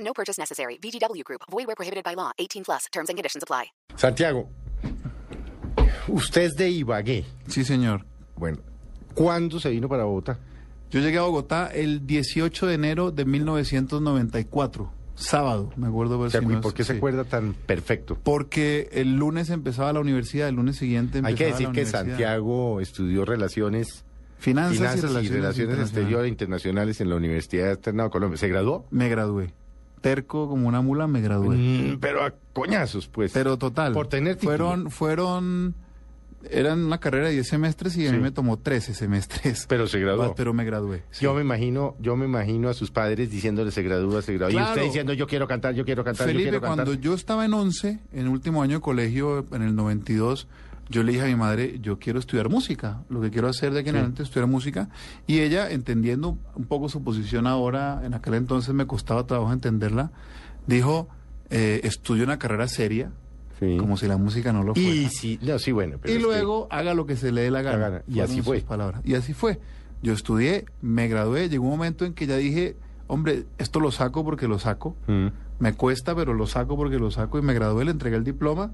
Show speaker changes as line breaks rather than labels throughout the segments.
No purchase necessary. VGW Group. Void where prohibited by law. 18 plus. Terms and conditions apply.
Santiago, usted es de Ibagué.
Sí, señor.
Bueno, ¿cuándo se vino para Bogotá?
Yo llegué a Bogotá el 18 de enero de 1994, sábado, me acuerdo.
O
ver
sea,
si
¿y
no es-
¿Por qué se
sí.
acuerda tan perfecto?
Porque el lunes empezaba la universidad, el lunes siguiente empezaba
Hay que
la
decir que
universidad.
Santiago estudió relaciones, finanzas
Finanzas, y
y
relaciones,
relaciones
internacionales.
exteriores e internacionales en la Universidad Externa de Colombia. ¿Se graduó?
Me gradué. Terco como una mula, me gradué.
Mm, pero a coñazos, pues.
Pero total.
Por tener título.
Fueron, fueron, eran una carrera de 10 semestres y a mí
Sí.
me tomó 13 semestres.
Pero se graduó.
Ah, Pero me gradué. sí.
Yo me imagino, yo me imagino a sus padres diciéndole se gradúa, se gradúa. Y
Claro.
usted diciendo yo quiero cantar, yo quiero cantar, yo
Felipe,
quiero cantar.
cuando yo estaba en 11, en el último año de colegio, en el 92, yo le dije a mi madre, yo quiero estudiar música, lo que quiero hacer de aquí en adelante es estudiar música. Y ella, entendiendo un poco su posición ahora, en aquel entonces me costaba trabajo entenderla, dijo, eh, estudia una carrera seria,
Sí.
como si la música no lo fuera.
Y sí, no, sí, bueno. pero
Y
es que-
luego haga lo que se le dé la gana.
La gana. Y
Fueron
así fue.
sus palabras. Y así fue. Yo estudié, me gradué, llegó un momento en que ya dije, hombre, esto lo saco porque lo saco.
Mm.
Me cuesta, pero lo saco porque lo saco. Y me gradué, le entregué el diploma.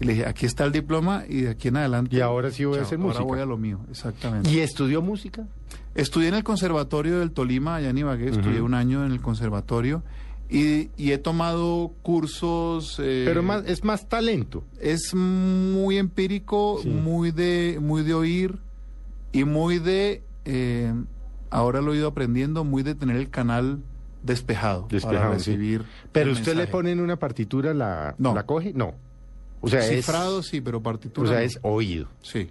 Y le dije, aquí está el diploma y de aquí en adelante.
Y ahora sí voy a hacer música.
Ahora voy a lo mío, exactamente.
¿Y estudió música?
Estudié en el Conservatorio del Tolima, allá en Ibagué. Estudié un año en el Conservatorio. Y, y he tomado cursos... eh,
Pero más, es más talento.
es muy empírico,
Sí.
muy de muy de oír y muy de eh, ahora lo he ido aprendiendo, muy de tener el canal despejado, para
Despejado, sí.
recibir.
Pero
el
usted le
mensaje.
pone en una partitura, la,
No.
la coge, no. O sea, es-
cifrado sí, pero
o
partitura.
sea,
no.
es oído.
sí.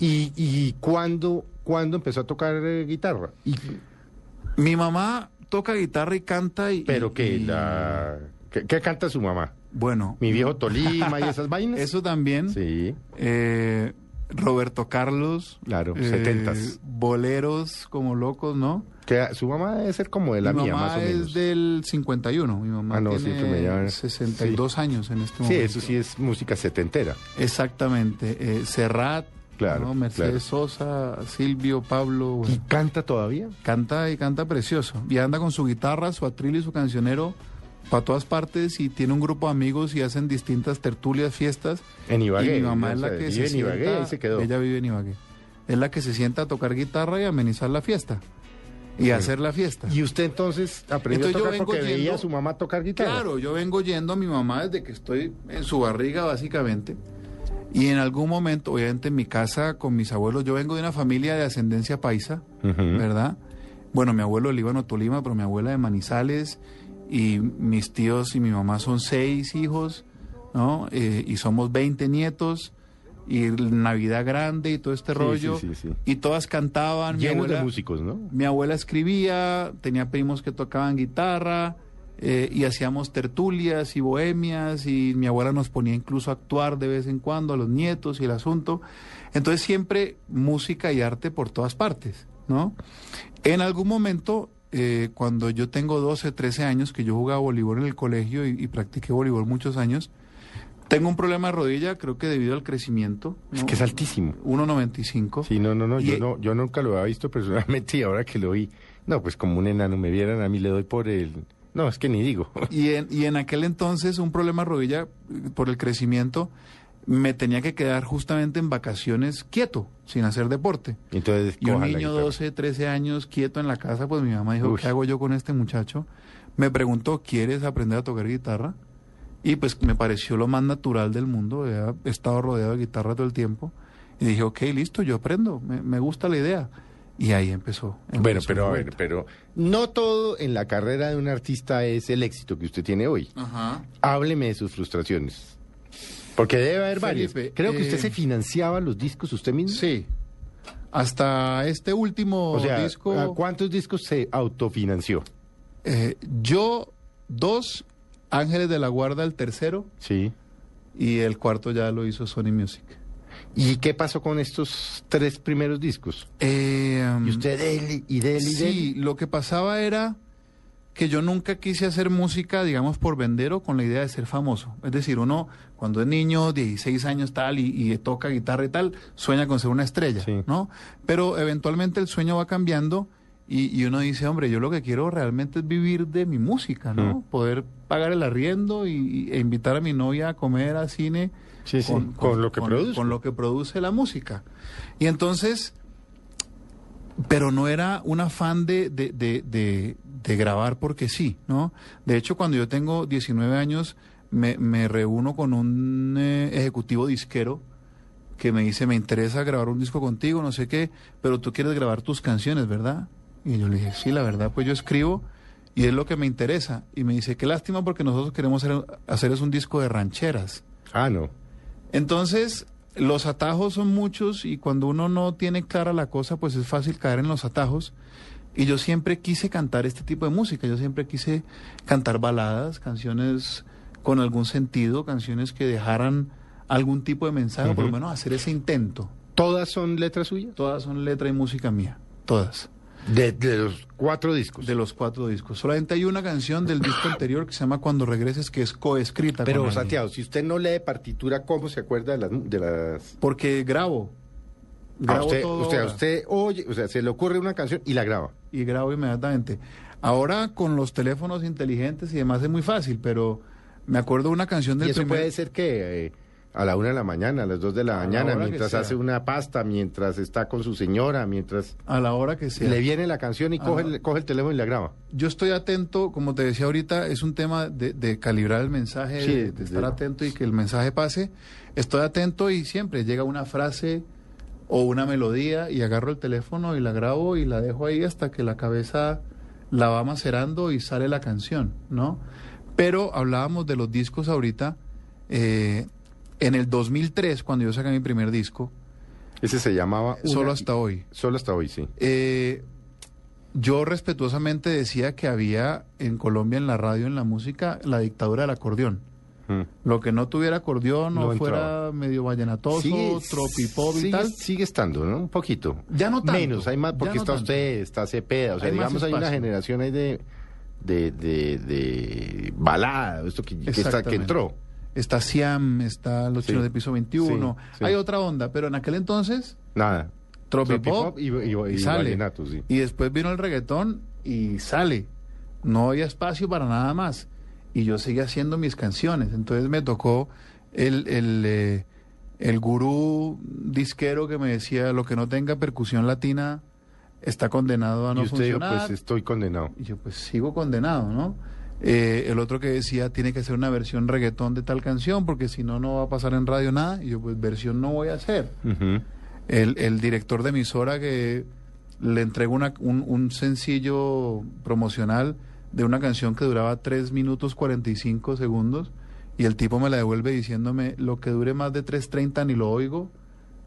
¿Y, y cuándo, cuándo empezó a tocar eh, guitarra? Y-
Mi mamá toca guitarra y canta y
pero
y-
que
y-
la... ¿Qué, qué canta su mamá?
bueno,
Mi viejo Tolima y esas vainas.
eso también.
Sí.
eh, Roberto Carlos, eh,
Claro, setentas.
boleros como locos, ¿no?
Que su mamá debe ser como de la
mi
mía,
mamá
más o
es
menos.
del 51, mi mamá
Ah, no, sí,
tiene
que me llaman.
62 años en este
Sí,
momento.
eso sí es música setentera.
Exactamente, eh, Serrat,
Claro,
¿no? Mercedes Sosa, Silvio, Pablo, bueno,
¿Y canta todavía?
canta y canta precioso. Y anda con su guitarra, su atril y su cancionero para todas partes y tiene un grupo de amigos y hacen distintas tertulias, fiestas.
En Ibagué.
y mi mamá es
o
la
sea,
que
vive
se
en Ibagué,
sienta,
ahí se quedó.
ella vive en Ibagué, es la que se sienta a tocar guitarra y amenizar la fiesta y hacer la fiesta.
Y usted entonces aprendió
Entonces yo
a tocar
vengo
porque veía a
yendo-
su mamá tocar guitarra.
Claro, yo vengo yendo a mi mamá desde que estoy en su barriga, básicamente. Y en algún momento, obviamente en mi casa con mis abuelos, yo vengo de una familia de ascendencia paisa,
Ujú.
¿verdad? Bueno, mi abuelo de Líbano, Tolima, pero mi abuela de Manizales. Y mis tíos y mi mamá son seis hijos, ¿no? Eh, y somos 20 nietos. Y Navidad Grande y todo este
Sí,
rollo.
sí, sí, sí.
Y todas cantaban. mi
Llenos de
abuela-
músicos, ¿no?
mi abuela escribía, tenía primos que tocaban guitarra eh, y hacíamos tertulias y bohemias y mi abuela nos ponía incluso a actuar de vez en cuando a los nietos y el asunto. Entonces siempre música y arte por todas partes, ¿no? En algún momento, eh, cuando yo tengo 12, 13 años, que yo jugaba voleibol en el colegio y, y practiqué voleibol muchos años, tengo un problema de rodilla, creo que debido al crecimiento.
Es
¿no?
que es altísimo.
1.95.
Sí, no, no, no, yo
Y- e-
no, yo nunca lo había visto personalmente y ahora que lo vi, no, pues como un enano me vieran a mí le doy por el, no, es que ni digo.
Y en, y en aquel entonces un problema de rodilla eh, por el crecimiento me tenía que quedar justamente en vacaciones quieto, sin hacer deporte.
Entonces,
Y un
coja la
niño
guitarra.
12, 13 años quieto en la casa, pues mi mamá dijo,
Uy.
¿qué hago yo con este muchacho? Me preguntó, ¿quieres aprender a tocar guitarra? Y pues me pareció lo más natural del mundo, he estado rodeado de guitarra todo el tiempo. Y dije, ok, listo, yo aprendo, me, me gusta la idea. Y ahí empezó.
Bueno,
empezó
pero
la
a ver,
vuelta.
pero no todo en la carrera de un artista es el éxito que usted tiene hoy.
Ajá.
Hábleme de sus frustraciones. Porque debe haber varias.
Felipe,
Creo que usted
eh,
se financiaba los discos usted mismo.
Sí. Hasta este último
O sea,
disco.
¿a ¿cuántos discos se autofinanció?
eh, yo Dos, Ángeles de la Guarda, el tercero.
Sí.
Y el cuarto ya lo hizo Sony Music.
¿Y qué pasó con estos tres primeros discos?
Eh,
Y usted, dele, y dele, y dele.
Sí, lo que pasaba era que yo nunca quise hacer música, digamos, por vender o con la idea de ser famoso. Es decir, uno cuando es niño, 16 años tal, y, y toca guitarra y tal, sueña con ser una estrella,
Sí.
¿no? Pero eventualmente el sueño va cambiando y, y uno dice, hombre, yo lo que quiero realmente es vivir de mi música, ¿no?
Mm.
Poder pagar el arriendo y, y- e invitar a mi novia a comer, a cine,
Sí, sí, con lo que produzco.
con lo que produce la música. Y entonces pero no era un afán de, de, de- de- de grabar porque sí, ¿no? De hecho, cuando yo tengo 19 años, me, me reúno con un eh, ejecutivo disquero que me dice, me interesa grabar un disco contigo, no sé qué, pero tú quieres grabar tus canciones, ¿verdad? Y yo le dije, sí, la verdad, pues yo escribo y es lo que me interesa. Y me dice, qué lástima porque nosotros queremos hacer, hacer es un disco de rancheras.
Ah, no.
Entonces, los atajos son muchos y cuando uno no tiene clara la cosa, pues es fácil caer en los atajos. Y yo siempre quise cantar este tipo de música, yo siempre quise cantar baladas, canciones con algún sentido, canciones que dejaran algún tipo de mensaje, por lo menos hacer ese intento.
¿Todas son letras suyas?
Todas son letra y música mía, todas,
De, de los cuatro discos.
de los cuatro discos. Solamente hay una canción del disco anterior que se llama Cuando regreses, que es coescrita. con
Pero,
alguien.
Santiago, si usted no lee partitura, ¿cómo se acuerda de las... De las...
Porque grabo.
A
grabo
Ah, usted,
todo
usted, a
ahora.
usted oye, o sea, se le ocurre una canción y la graba.
y grabo inmediatamente. Ahora con los teléfonos inteligentes y demás es muy fácil, pero me acuerdo una canción del
Y eso
primer-
puede ser que eh, a la una de la mañana, a las dos de la
A la
mañana,
hora que
mientras
sea.
hace una pasta, mientras está con su señora, mientras
a la hora que sea.
le viene la canción y
Ah,
coge,
no.
el, coge el teléfono y la graba.
Yo estoy atento, como te decía ahorita, es un tema de, de calibrar el mensaje,
Sí,
de- de,
desde
estar
luego.
atento y que el mensaje pase. Estoy atento y siempre llega una frase o una melodía y agarro el teléfono y la grabo y la dejo ahí hasta que la cabeza la va macerando y sale la canción, ¿no? Pero hablábamos de los discos ahorita. eh, en el 2003, cuando yo saqué mi primer disco,
Ese se llamaba... una-
solo hasta hoy.
Solo hasta hoy, sí.
Eh, yo respetuosamente decía que había en Colombia, en la radio, en la música, la dictadura del acordeón.
Mm.
Lo que no tuviera acordeón o
No
fuera
entraba.
medio vallenatoso, tropipop y
sigue-
tal.
sigue estando, ¿no? Un poquito.
Ya no tanto.
Menos, hay más,
ya
porque
no
está
tanto.
usted, está Cepeda, o sea,
Hay más
digamos, hay una
espacio.
generación ahí de, de, de, de balada, esto que, que está, que
Exactamente.
entró.
Está Siam, está Los
Sí.
Chinos de Piso 21.
Sí, sí.
Hay otra onda, pero en aquel entonces,
Nada.
tropipop
Tropipop y, y, y
y sale.
vallenato, sí.
Y después vino el reggaetón y sale. No había espacio para nada más. Y yo seguía haciendo mis canciones. Entonces me tocó el, el, eh, el gurú disquero que me decía, lo que no tenga percusión latina está condenado a
Y
no
usted dijo,
funcionar.
pues estoy condenado.
Y yo pues sigo condenado, ¿no? Eh, el otro que decía, tiene que ser una versión reggaetón de tal canción, porque si no, no va a pasar en radio nada. Y yo pues versión no voy a hacer
Ujú.
el, el director de emisora que le entregó una- un, un sencillo promocional de una canción que duraba 3 minutos 45 segundos y el tipo me la devuelve diciéndome lo que dure más de 3.30 ni lo oigo,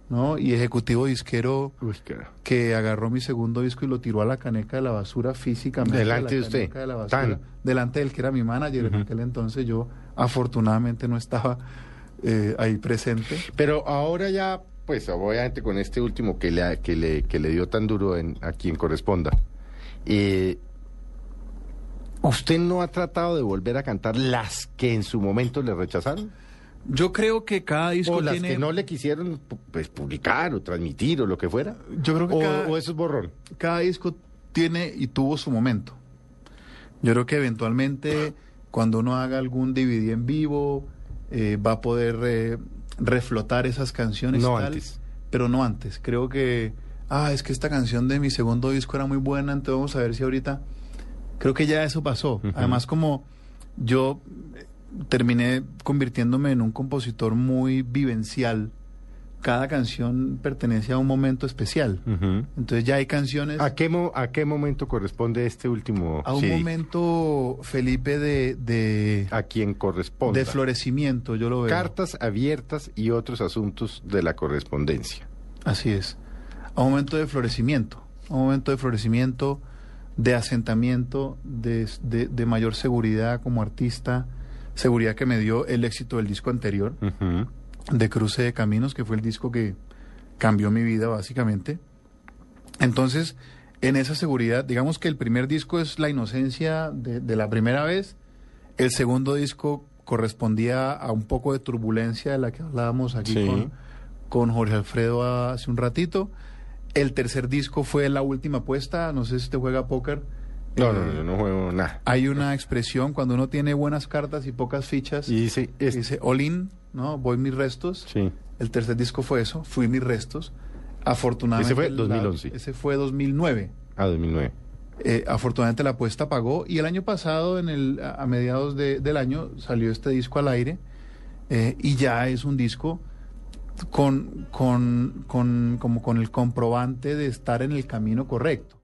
¿no? Y ejecutivo disquero
Uy, carajo.
que agarró mi segundo disco y lo tiró a la caneca de la basura físicamente.
Delante
a la
de usted.
caneca De la basura,
Tan.
Delante del que era mi manager en aquel entonces. Yo afortunadamente no estaba eh, ahí presente.
Pero ahora ya, pues obviamente con este último que le, ha- que le, que le dio tan duro en, a quien corresponda, eh, ¿usted no ha tratado de volver a cantar las que en su momento le rechazaron?
Yo creo que cada disco
¿O las
tiene...
que no le quisieron pu- pues, publicar o transmitir o lo que fuera?
Yo creo que
¿O,
cada,
o eso es borrón?
cada disco tiene y tuvo su momento. Yo creo que eventualmente cuando uno haga algún DVD en vivo eh, va a poder eh, reflotar esas canciones. y
No
tal,
antes.
Pero no antes. Creo que, ah, es que esta canción de mi segundo disco era muy buena, entonces vamos a ver si ahorita... Creo que ya eso pasó. Además como yo eh, terminé convirtiéndome en un compositor muy vivencial. Cada canción pertenece a un momento especial. Entonces ya hay canciones
¿A, qué mo- ¿A qué momento corresponde este último
a un
CD?
momento, Felipe, de, de,
A quien corresponde.
de florecimiento, yo lo veo.
Cartas abiertas y otros asuntos de la correspondencia.
Así es. A un momento de florecimiento, a un momento de florecimiento de asentamiento, de, de- de mayor seguridad como artista, seguridad que me dio el éxito del disco anterior,
Ujú.
de Cruce de Caminos, que fue el disco que cambió mi vida básicamente. Entonces, en esa seguridad, digamos que el primer disco es la inocencia de, de la primera vez, el segundo disco correspondía a un poco de turbulencia de la que hablábamos aquí
Sí.
con, con Jorge Alfredo hace un ratito. El tercer disco fue la última apuesta, no sé si te juega póker.
No, no, no, yo no juego nada.
Hay una expresión cuando uno tiene buenas cartas y pocas fichas,
Y dice,
que
este,
dice all in, ¿no? Voy mis restos.
sí.
El tercer disco fue eso, Fui mis restos. Afortunadamente.
Ese fue
la-
2011.
ese fue 2009.
Ah, 2009.
Eh, afortunadamente la apuesta pagó y el año pasado, en el, a a mediados de- del año, salió este disco al aire eh, y ya es un disco con, con, con, como con el comprobante de estar en el camino correcto.